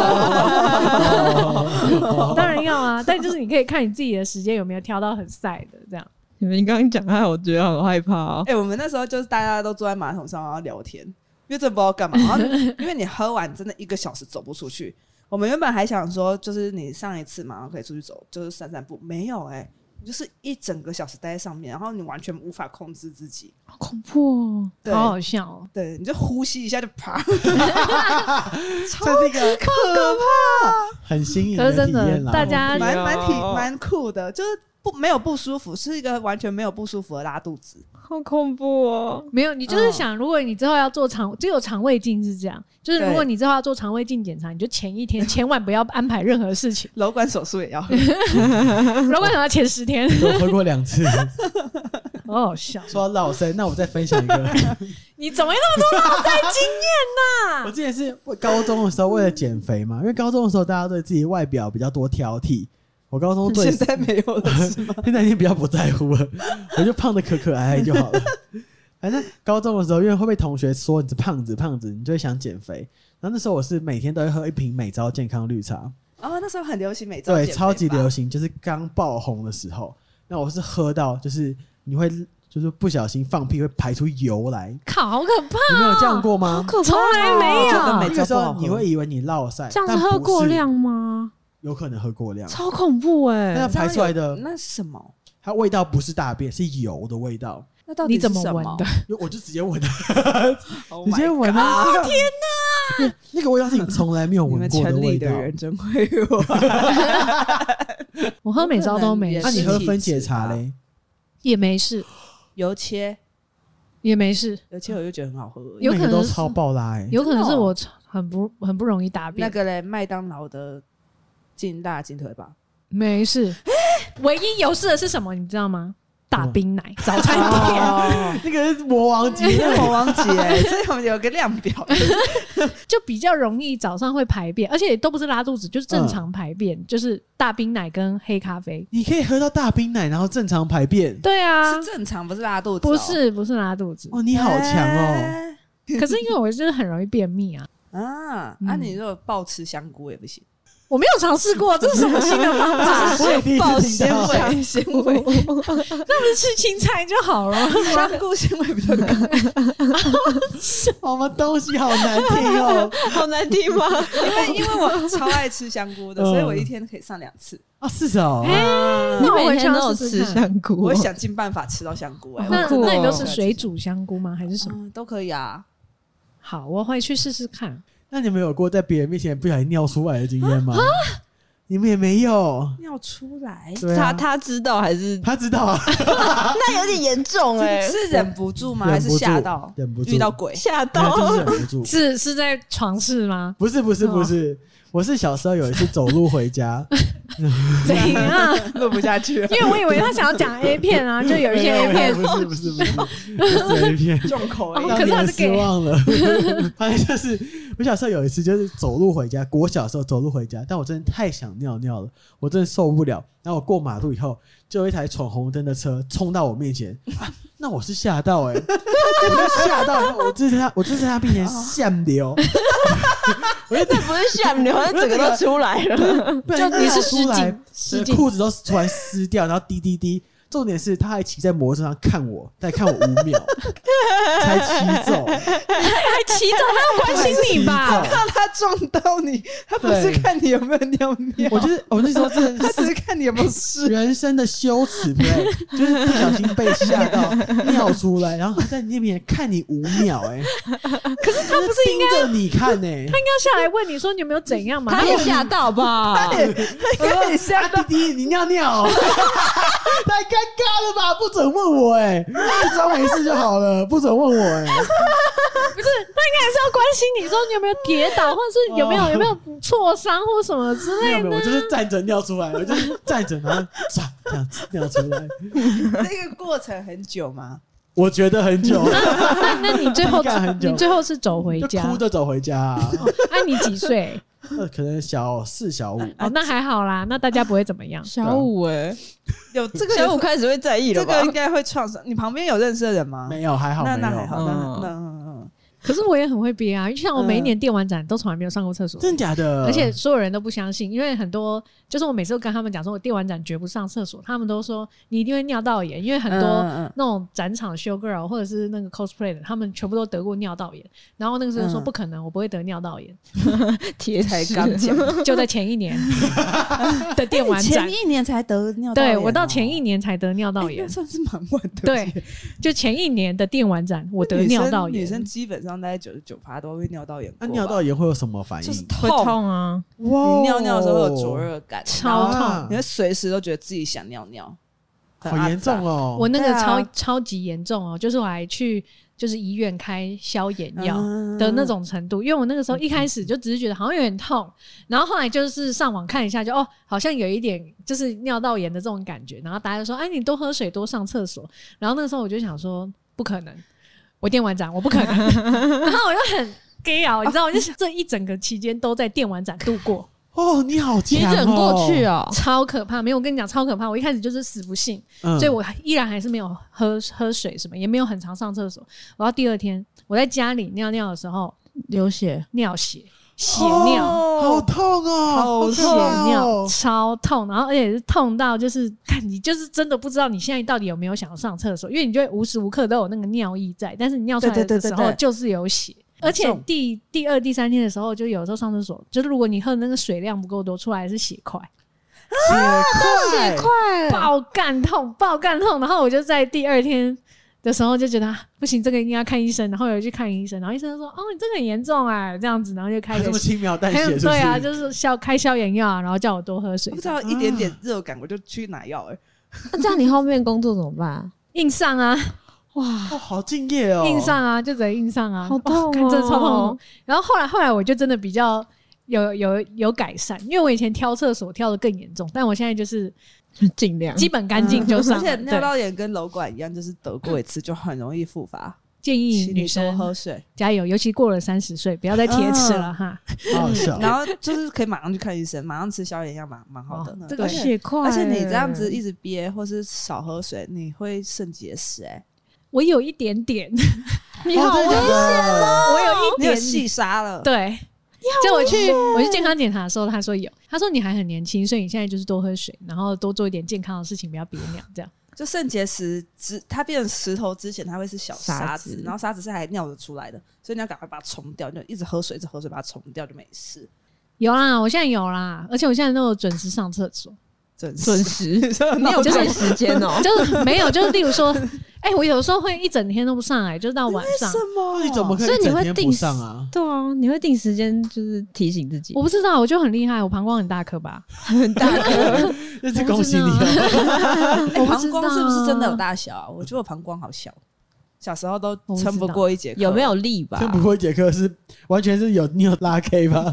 啊，哦当然要啊，但就是你可以看你自己的时间有没有挑到很晒的这样。 你们刚刚讲话，我觉得好害怕哦。哎、我们那时候就是大家都坐在马桶上然后聊天，因为这不知道干嘛。 然后因为你喝完真的一个小时走不出去。我们原本还想说，就是你上一次嘛，然后可以出去走，就是散散步。没有哎、你就是一整个小时待在上面，然后你完全无法控制自己，好恐怖哦，对好好笑哦。对，你就呼吸一下就啪， 这是一个可怕、很新颖可的是真体验的，啦。大家蛮蛮挺哦哎呦蛮酷的，就是不没有不舒服，是一个完全没有不舒服的拉肚子。好恐怖哦！没有，你就是嗯想，如果你之后要做肠，只有肠胃镜是这样，就是如对果你之后要做肠胃镜检查，你就前一天千万不要安排任何 事情，瘘管手术也要喝，如果想要前十天，我喝过两次， 好好笑。说到老塞，那我再分享 一个。你怎么那么多脑袋经验我呐？之前是高中的时候为了减肥嘛，因为高中的时候大家对自己外表比较多挑剔。我高中 对现在没有了是吗？ 现在已经比较不在乎了，我就胖的可可爱爱就好了。反正高中的时候，因为会被同学说你是胖子，胖子，你就会想减肥。然后那时候我是每天都会喝一瓶美招健康绿茶，哦，那时候很流行美妆，对，超级流行，就是刚爆红的时候。那我是喝到，就是你会就是不小心放屁会排出油来，靠，好啊可怕！你没有这样过吗？从来没真的没有。那个时候你会以为你落晒，这样子但不喝过是，量吗？有可能喝过量，超恐怖哎、但它排出来的那是什么？它味道不是大便，是油的味道。那到底你是怎什闻的？因为我就直接闻， Oh 直 my 接闻啊！ God 天哪， 那个味道是你从来没有你闻们过城味里道的。人真会闻。我喝美招都没有那可能啊你也事，喝分解茶嘞？啊也没事， 油切，也没事，油切我就觉得很好喝。有每可个能都是超爆拉欸，有可能真是的哦我很不很不容易大那便，个嘞，麦当劳的劲辣鸡腿堡，没 事。唯一有事的是什么？你知道吗？大什么冰奶早餐 店。哦，那个是魔王级，那我忘记哎，所以我们有个量 表， 就比较容易早上会排便，而且都不是拉肚子，就是正常排便，就是大冰奶跟黑咖啡。你可以喝到大冰奶，然后正常排便。对啊是，正常，不是拉肚子哦，不是不是拉肚子， 哦，你好强 哦！哎可是因为我就是很容易便秘啊，啊！嗯啊，你如果暴吃香菇也不行，我没有尝试过，这是什么 新的方啊法？我也第一暴次听纤到，维，纤维， 那不是吃青菜就好了？香菇纤维比较高。哦我们东西好难听哦！ 好难听 吗？ 因为因为我超爱吃香菇 的，嗯所以我一天可以上两次。啊，是 哦，哎，那我每回去天都要有试吃试看。香菇哦，我啊想尽办法吃到香菇、哎，那好酷哦那你都是水煮香菇吗？还是什么？嗯都可以啊。好，我会去试试看。那你们有过在别人面前不小心尿出来的经验啊吗？你们也没有，尿出来对他啊，他知道还是他知道啊，那有点严重欸哎、是忍不住吗？还忍是不住吓到？忍不住遇到 鬼？吓 他就到是忍不 住。是是在床试吗？不是不是哦不是，我是小时候有一次走路回家， 怎样？录不下去了因为我以为他想要讲 A 片啊，就有一些 A 没有片没有不是不是不是不是 A 片，重口味哦。让可你是他们是 gay 失望了。 反正就是我小时候有一次就是走路回家，国小的时候走路回家，但我真的太想尿尿了，我真的受不了。然后我过马路以后，就有一台闯红灯的车冲到我面前，啊那我是吓到哎、欸，我就吓到，然后我就在他，我就在他 面前哦吓流，那不是吓尿，那整个都出来 了。不然就你是出来，失对禁裤子都突然撕掉，然后滴滴滴。重点是他还骑在摩托车上看我，再看我五秒，才骑走，还骑着，他要关心你吧才？骑走怕他撞到你，他不是对看你有没有尿尿，我就是我那时候真他的只是看你有没有湿是。人生的羞耻，对，就是不小心被吓到尿出来，然后还在你面前看你五秒、哎，可是他不是盯着你看呢、哎他应该下来问你说你有没有怎样嘛？他他也有吓到 吧？他看你吓到，啊弟弟，你尿尿哦、 太尴尬了吧？不准问我哎、装没事就好了，不准问我不哎、是，他应该还是要关心你说你有没有跌倒，或者是有没有有没有挫伤或什么之哦没类有没有，的我。就是站着尿出来，我 就是站着，然后唰这样子尿出来。那个过程很久吗？我觉得很久，那那你最后敏感很久你最后是走回就家？哭着走回家、啊，哎，你几岁？ 呃可能小四小五。哦，那还好啦，那大家不会怎么样。小五哎， 有这个小五开始会在意这了吧个？应该会创伤。你旁边有认识的人吗？没有，还好，啊那没那还有，好，那嗯那嗯可是我也很会憋啊，就像我每一年电玩展都从来没有上过厕所，嗯真假的？而且所有人都不相信，因为很多就是我每次都跟他们讲说，我电玩展绝不上厕所，他们都说你一定会尿道炎，因为很多嗯嗯那种展场 show girl 或者是那个 cosplay 的，他们全部都得过尿道炎，然后那个时候说嗯不可能，我不会得尿道炎，铁才石刚讲， 就在前 一年的电玩展哎前，一年才得尿道炎对哦，我到前一年才得尿道哎炎那，算是蛮晚的。对， 就前一年的电玩展我得尿道女炎生，女生基本上大概九十九趴都会尿道炎过吧。那尿道炎会有什么反就是应？会痛，痛啊！哇哦你尿尿的时候会有灼，热感，超然后啊你会随时都觉得自己想尿尿，很好严重阿杂。哦！我那个对啊超、超级严重哦，就是我还去就是医院开消炎药嗯的那种程度，因为我那个时候一开始就只是觉得好像有点痛，然后后来就是上网看一下就，哦，好像有一点就是尿道炎的这种感觉，然后大家就说，哎，你多喝水，多上厕所。然后那个时候我就想说，不可能，我电玩展我不可能，然后我就很 gay 啊，你知道，我就是这一整个期间都在电玩展度过。哦，你好你强哦！忍过去啊，哦，超可怕！没有，我跟你讲，超可怕！我一开始就是死不信，嗯所以我还依然还是没有喝喝水什么，也没有很常上厕所。我到第二天，我在家里尿尿的时候流血，尿血，血尿。好痛哦，好血痛哦尿超痛，然后而且是痛到就是， 看你就是真的不知道你现在到底有没有想要上厕所，因为你就会无时无刻都有那个尿意在，但是你尿出来对对的对对时候对就是有血，而且第第二、第三天的时候，就有时候上厕所，就是如果你喝的那个水量不够多，出来是血块，血块，爆干痛，爆干痛。然后我就在第二天的时候就觉得、啊、不行，这个应该要看医生。然后有去看医生，然后医生就说：“哦，你这个很严重啊，这样子。”然后就开还个这么轻描淡还写，有是不是对啊，就是消开消炎药啊，然后叫我多喝水我不，知道一点点热感我就去拿药嗯哎，那这样你后面工作怎么 办？硬上啊，哦，好敬业哦，硬上啊，就只能硬上啊，好痛哦哇看真的超痛。然后后来后来我就真的比较。有有有改善，因为我以前挑厕所挑的更严重，但我现在就是尽量基本干净就上而了。且对尿道炎跟瘘管一样，就是得过一次就很容易复发。建议请女你多生喝水，加油，尤其过了三十岁，不要再铁齿了哈。好好笑。嗯然后就是可以马上去看医生，马上吃消炎药，蛮蛮好的呢。这个而是且血块，而且你这样子一直憋，或是少喝水，你会肾结石哎、我有一点点，你好危险啊险我有一哦你有点细沙了。哦对。就我去我去健康检查的时候，他说有，他说你还很年轻，所以你现在就是多喝水，然后多做一点健康的事情，不要憋尿这样。就肾结石之它变成石头之前，它会是小沙沙子，嗯子然后沙子是还尿得出来的，所以你要赶快把它冲掉，就一直喝水，一直喝水把它冲掉就没事。有啦，我现在有啦，而且我现在都有准时上厕所，准准时，你有就是？看时间哦就是没有，就是例如 说，哎、我有时候会一整天都不上来，就是到晚上，么那你怎么可所以以你整会天不定上啊？ 对啊，你会定时间就是提醒自己我。不知道，我就很厉害，我膀胱很大颗吧？ 那是恭喜你我不 哦！哎、我不膀知胱是不是真的有道大小啊？我觉得我膀胱好小，小时候都不知撑不道过一节课。有没有力吧？真不过杰克是完全是有你有拉 K 吧？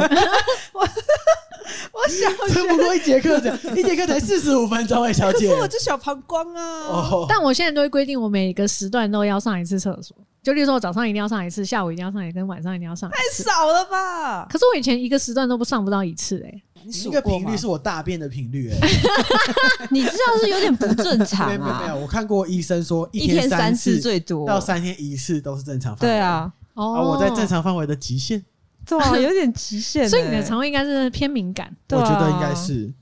我小学真不过一节课这样，一节课才四十五分钟哎，小可姐是。我就小膀胱啊。哦，但我现在都会规定，我每个时段都要上一次厕所，就例如说我早上一定要上一次，下午一定要上一次，跟晚上一定要上一太次。少了吧？可是我以前一个时段都不上不到一次哎、你那数个过频吗。率？是我大便的频率哎，你知道是有点不正常 没有没有没有，啊。我看过医生说一天天三次次最多，到三天一次都是正常范围。对，啊，哦啊，我在正。常范围的极限，对啊，有点极限 欸。所以你的肠胃应该是偏敏感我对啊觉得应该是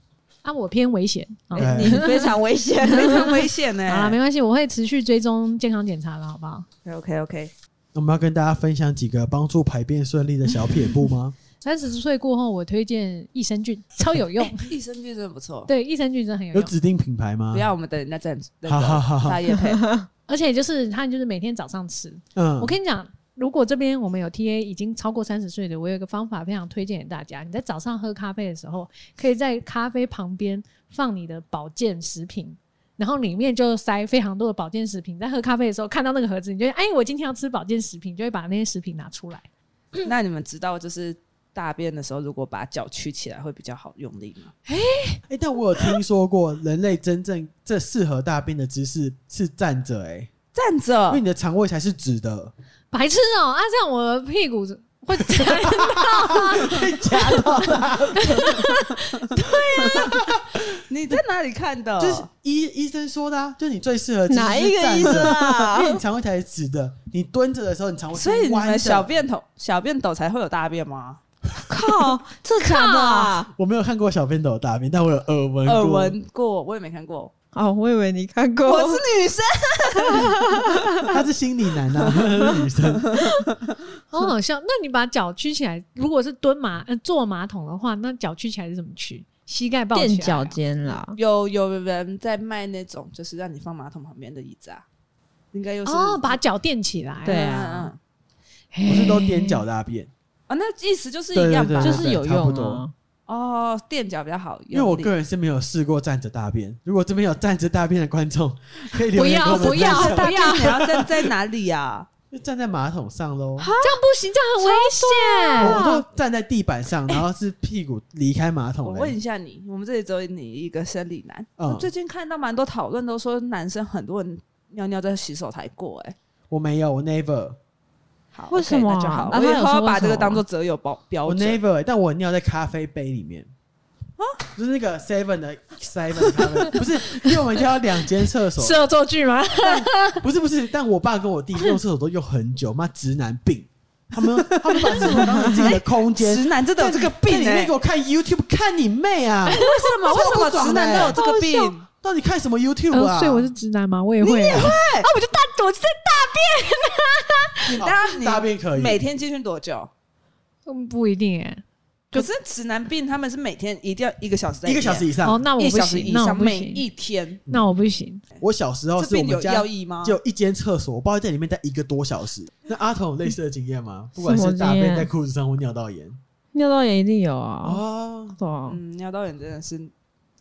啊，我偏危险。哦对哎你非常危 险非常危险呢、欸好了，没关系，我会持续追踪健康检查的，好不好？ OK OK，我们要跟大家分享几个帮助排便顺利的小撇步 吗？三十岁过后，我推荐益生菌，超有用。哎益生菌真的不错。对，益生菌真的很有有用，指定品牌吗？不要，我们等人家赞助，那好好个好好大，叶配。而且就是它就是每天早上吃。嗯我跟你讲，如果这边我们有 TA 已经超过三十岁的，我有一个方法非常推荐给大家。你在早上喝咖啡的时候，可以在咖啡旁边放你的保健食品。然后里面就塞非常多的保健食品，在喝咖啡的时候看到那个盒子，你就会哎，我今天要吃保健食品，就会把那些食品拿出来。那你们知道就是大便的时候，如果把脚曲起来会比较好用力吗？哎、但我有听说过，人类真正这适合大便的姿势是站着、欸，站因为着你的肠胃才是直的，白痴哦、啊，这样我的屁股会 夹到啊，被夹到了。你在哪里看的？就是医医生说的啊，就是你最适合其实是 哪一个站医着生啊 因为你肠胃才是直的，你蹲着的时候你肠胃是所以你弯们的小便斗小便斗才会有大便吗？ 靠，这假的啊？我没有看过小便斗的大便，但我有耳闻过耳闻过，我也没看过。哦，我以为你看过，我是女生，他是心理男啊， 他是女生。好好笑。那你把脚屈起来，如果是蹲马呃坐马桶的话，那脚屈起来是怎么屈？膝盖抱起来、啊垫脚。尖啦，有有人在卖那种就是让你放马桶旁边的椅子啊，应该又是哦，把脚垫起来。对啊嗯嗯嗯嘿，不是都踮脚大便，啊，那意思就是一样吧？对就对是有差不用啊多。哦，垫脚比较好用力，因为我个人是没有试过站着大便。如果这边有站着大便的观众， 可以留言不要给我们不要分享大不要便你要 站在哪里 啊？就站在马桶上喽。这样不行，这样很危我险。都站在地板上，然后是屁股离开马我桶嘞。问一下你，我们这里只有你一个生理男。欸嗯我最近看到蛮多讨论，都说男生很多人尿尿在洗手台过、哎，我没有，我 never，好，为什么 OK，啊那就好，啊我以后他有说要为把这什个么当做择友标标我准。 never，欸但我尿在咖啡杯里面。就是那个 seven 的 seven 咖啡， 不是，因为我们家有两间厕所，是恶作剧 吗？不是不是，但我爸跟我弟用厕所都用很久，妈直男病，他们他们把 厕所当成自己的空间，直男真的有这个病、但你那哎，边给我看 YouTube，看你妹啊！为什 么？为什么直男欸都有这个病？到底看什么 YouTube 啊？呃所以我是直男吗？我也会啊。啊，我就大，我就在你哦当然你大便可以，每天进去多久？大，嗯不一定哎。可是直男病他们是每天一定要一个小时在里面，一个小时以哦，上。那我一不小时以行，那我上，不每行，一天。那我不行。我小时候这是我病们有家药医吗？就一间厕所，我不知道在里面待一个多小时。那阿童有类似的经验吗？不管什是么大经便验在裤子上或尿道炎尿道炎一定有啊，哦，对啊嗯，尿道炎真的是，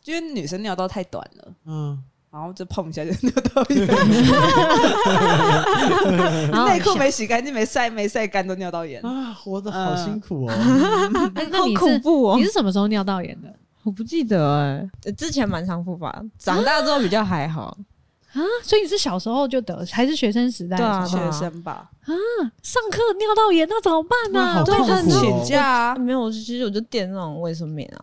因为女生尿道太短了。哦嗯，然后就碰一下就尿道炎， 嗯内裤没洗干净，没晒没晒干都尿道炎。嗯啊，活得嗯好辛苦哦。 哎那好你恐是怖哦你！是什么时候尿道炎的我不记得哎、呃之前蛮常复发，长大之后比较还好。啊？所以你是小时候就得，还是学生时代的时候？对啊学生吧，上课尿道炎，那怎么办呢、哇好对痛他苦很请哦。假啊！没有，我就其实我就垫那种卫生棉啊，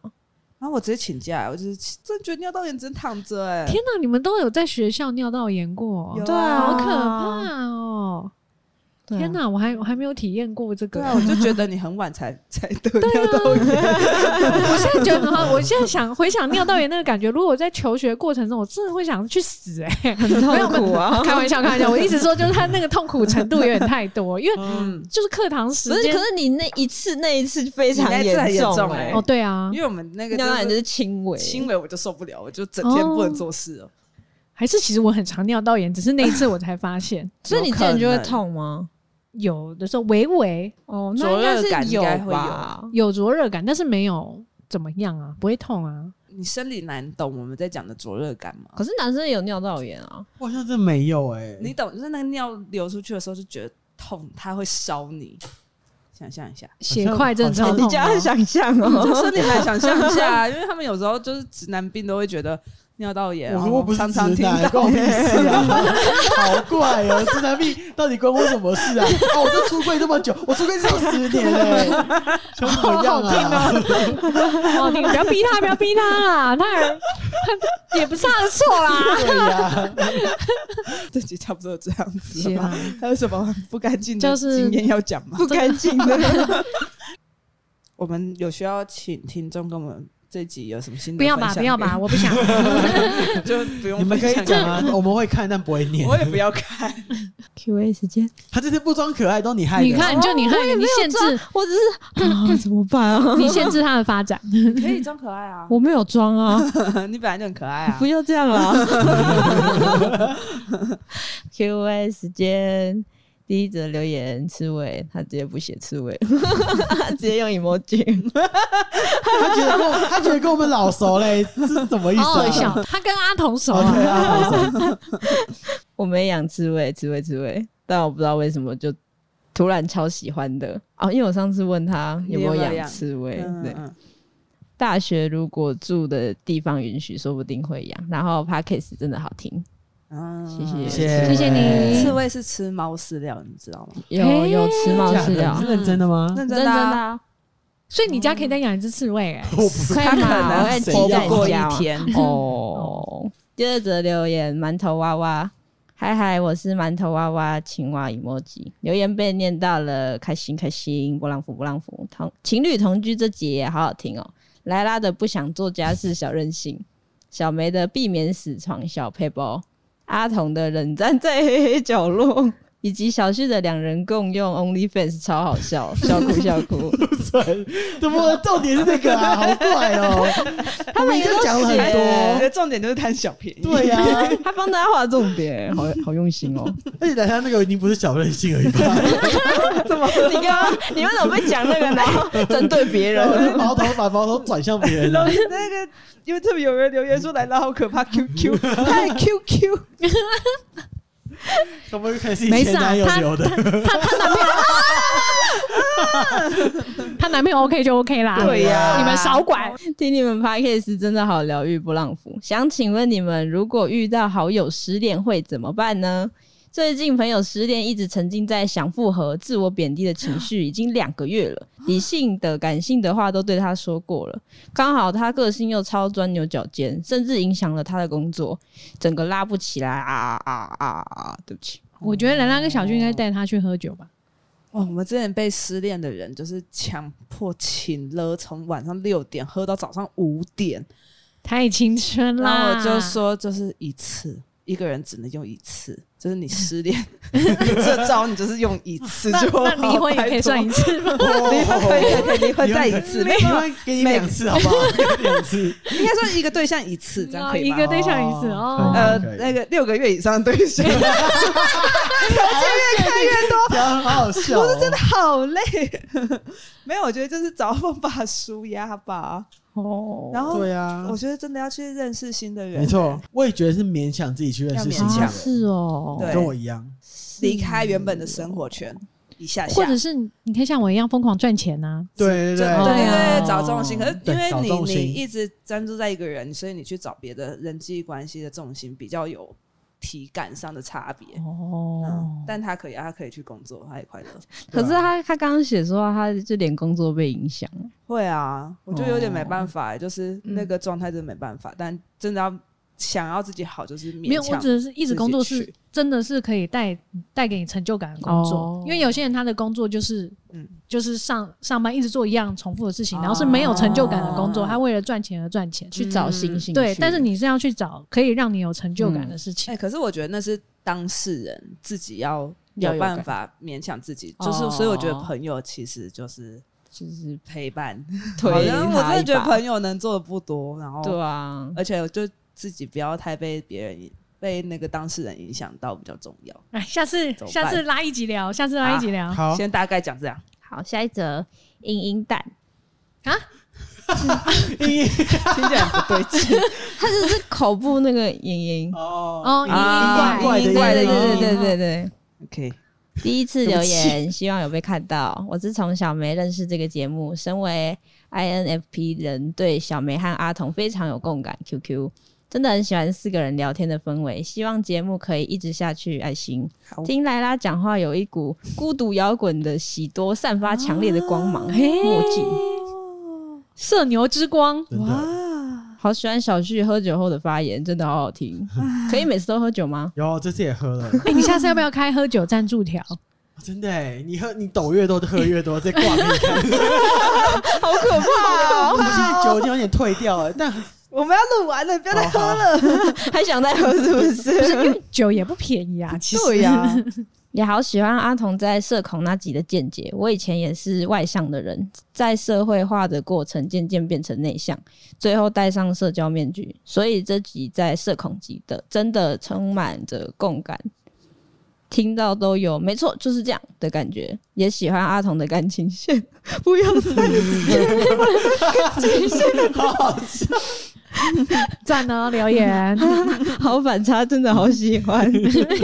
然后我直接请假，我就是真觉得尿道炎只能躺着哎。天哪、你们都有在学校尿道炎过？哦有啊对啊好可怕哦！天哪、我还我还没有体验过这对个。啊，我就觉得你很晚才才得尿道炎， 我现在觉得哈，我现在想回想尿道炎那个感觉，如果我在求学过程中，我真的会想去死哎、很痛苦 啊。开玩笑，开玩笑，我一直说就是他那个痛苦程度有点太多，因为嗯，就是课堂时不是，间可是你那一次那一次非常你那一次很严重重欸哎、哦，对啊因，为我们那个尿道炎就就是是轻微，轻微我就受不了，我就整天不能做事哦了。还是其实我很常尿道炎，只是那一次我才发现所以你有之可前就会能痛吗？有的时候微微哦，灼那热应该感是应有该会有吧？有灼热感，但是没有怎么样啊，不会痛啊。你生理男懂我们在讲的灼热感吗？可是男生也有尿道炎啊，我好像真没有哎，你懂，就是那个尿流出去的时候就觉得痛，它会烧你。想象一下，血块真的超 好像痛、这样啊，想象就 哦，生理男想象一下，啊因为他们有时候就是直男病都会觉得尿道炎，我如果不是常直哦常听男，关到我屁 事啊！好怪哦，直男病到底关我什么事啊？啊，我都出柜这么久，我出柜至少十 年嘞，想怎么样啊？哦好听，哦不要逼他，不要逼他啦，他他也不上 错啦。 对呀，这集差不多这样子是了吧啊？还有什么不干净就的是经验要讲吗？不 干净的。我们有需要请听众跟我们这集有什么新的 不要分吧，享不 要吧，我不想。给我，就不用你们可以分享讲啊，我们会看但不会给念 我，。我也不要看， Q A 时间，他这些不装可爱都你害的， 你看，哦就你看，你限制，我只是啊，怎么办啊？ 你限制他的发展。 可以装可爱啊，我没有装啊， 你本来就很可爱啊不。要这 样啦。Q A 时间，第一则留言刺猬，他直接不写刺猬， 直接用 emoji。他觉得跟我他觉得跟我们老熟嘞，这是什么意思好好啊？哦笑，他跟阿童熟哦，对啊，啊，好熟我没养刺猬，刺猬，刺猬，但我不知道为什么就突然超喜欢的哦，因为我上次问他有没有你有没有养养刺猬，嗯对，嗯大学如果住的地方允许，说不定会养。然后 p a c k a s 真的好听，嗯，谢谢谢谢你刺猬是吃猫饲料，你知道吗？有有吃猫饲料嗯你，是认真哦的吗？认认真真的的啊，啊，所以你家可以再养一只刺猬 哎、我不是可以它可能会谁活要不过一天哦。第二则留言：馒头娃娃，嗨嗨，我是馒头娃娃青蛙 emoji。留言被念到了，开心开心，波浪符波浪符。同情侣同居这集也好好听哦。莱拉的不想做家事小任性，小梅的避免死床小配包，阿童的冷战在黑黑角落。以及小旭的两人共用 OnlyFans 超好笑，笑哭笑哭。对，怎么重点是这个啊？好怪哦、他们已经讲了很我觉多，得 重点就是贪小便宜。对呀、哎 他帮大家画重点， 好好用心哦。而且大家那个已经不是小任性而已吧？ 你刚刚你为什么会讲那个，然后针对别然后 人？矛头把矛头转向别人然了后。那个 YouTube 有人留言说来了好可怕，QQ，太 QQ，我们看是没以事前啊男友他留的，她男朋友 OK 就 OK 啦，对呀你们少管。听你们 podcast 真的好疗愈，不浪费。想请问你们，如果遇到好友失恋会怎么办呢？最近朋友失恋，一直沉浸在想复合、自我贬低的情绪，已经两个月了。啊理性的、感性的话都对他说过了，刚好他个性又超钻牛角尖，甚至影响了他的工作，整个拉不起来啊啊啊啊啊！对不起，我觉得兰兰跟小俊应该带她去喝酒吧。哇，我们之前被失恋的人就是强迫请了，从晚上六点喝到早上五点，太青春然后啦！我就说就是一次，一个人只能用一次，就是你失 恋这招你就是用一次那，就好那离婚也可以算一，次吗？拜托离婚可以可以可以离婚你再会一次，啊你会给你两次好不好？给你两次，应该说一个对象一次，这样可以哦一吗个对象一次哦哦。呃可以那个六个月以上的对象，条件越开越多，然后好好笑哦，我是真的好累。 没有，我觉得就是找方法舒压吧。哦然后对呀我，觉得真的要去认识新的人，没错，我也觉得是勉强自己去认识要勉新强的啊人，是哦，对跟我一样，离开原本的生活圈一下下，或者是你可以像我一样疯狂赚钱呐、对对就对对哦对对，找重心。可是对因为找重你心你一直专注在一个人，所以你去找别的人际关系的重心比较有体感上的差别。哦、嗯，但他可以啊，他可以去工作，他也快乐。可是他他刚刚写说他就连工作被影响，会啊，我就有点没办哦法、就是嗯那个状态真的没办法。但真的要想要自己好，就是没嗯勉有，我强。只是一直工作自己是去真的是可以带带给你成就感的工作，哦因为有些人他的工作就是嗯就是上上班一直做一样重复的事情，哦然后是没有成就感的工作，嗯他为了赚钱而赚钱。去找新兴趣对，但是你是要去找可以让你有成就感的事情哎、。可是我觉得那是当事人自己要要有有办感法勉强自己，就是哦所以我觉得朋友其实就是就是陪伴。推好像我真他的一觉得把朋友能做的不多，然后对啊，而且我就自己不要太被别人影被那个当事人影响到比较重要。哎，下次怎么办啊下次拉一集聊，下次拉一集聊。好，先大概讲这样，好，下一则英英蛋，听起来很不对劲。他就是口部那个英英，哦，哦， 啊英英怪英英怪的对英对英对对对。 OK，第一次对留不起言，希望有被看到。我是从小梅认识这个节目，身为 INFP 人，对小梅和阿童非常有共感。QQ 真的很喜欢四个人聊天的氛围，希望节目可以一直下去。爱心好听莱拉讲话有一股孤独摇滚的喜多，散发强烈的光芒。墨镜，社牛 之光，真的哇，好喜欢小旭喝酒后的发言，真的好好听。可以每次都喝酒吗？有这次也喝了， 哎，你下次要不要开喝酒赞助条？真的哎，你喝你抖越多就喝越多，这 挂给你看。好可怕、我哦，们现在酒已经有点退掉了，但我们要录完了，不要再喝了。还想再喝是不是？酒也不便宜啊，其实。对呀、也好喜欢阿童在社恐那集的见解。我以前也是外向的人，在社会化的过程渐渐变成内向，最后戴上社交面具。所以这集在社恐集的，真的充满着共感，听到都有，没错，就是这样的感觉。也喜欢阿童的感情线， 不要好好笑，赞哦，留言。 好反差，真的好喜欢。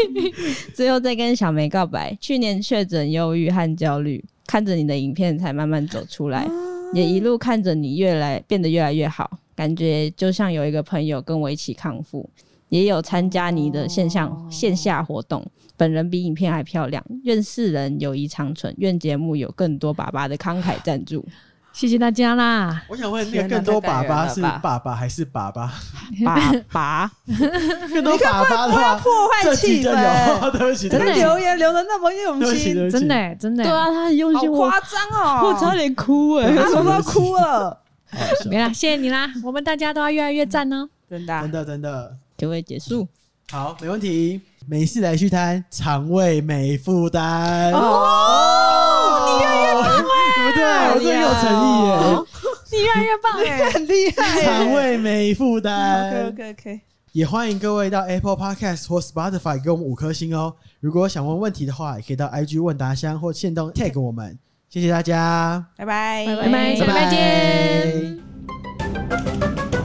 最后再跟小梅告白，去年确诊忧郁和焦虑，看着你的影片才慢慢走出来，也一路看着你越来变得越来越好，感觉就像有一个朋友跟我一起康复。也有参加你的线上、哦线下活动。本人比影片还漂亮，愿世人友谊长存，愿节目有更多爸爸的慷慨赞助。谢谢大家啦。我想问，那天个哪更多太感爸人爸了是吧爸爸还是爸爸？爸爸，更多爸爸的话，破坏这期气就氛。有， 对不起，对他不真起的，留言留的那么用对不起，心，对不起，真的欸真的欸， 对啊，他很用好心，我夸张哦！啊我差点哭哎、他说到哭了，好好笑没啦，谢谢你啦，我们大家都要越来越赞哦。 真的啊真的真的就会结束。好，没问题。没事来续摊，肠胃没负担。啊哦，你越哦，对不对？我这有诚意耶。 你越来越棒哎！很厉害耶， 肠胃没负 OK 担。 OK OK，也欢迎各位到 Apple Podcast 或 Spotify 给我们五颗星哦。如果想问问题的话，也可以到 IG 问答箱或线动 tag 我们。谢谢大家，拜拜拜拜拜，下礼拜见。拜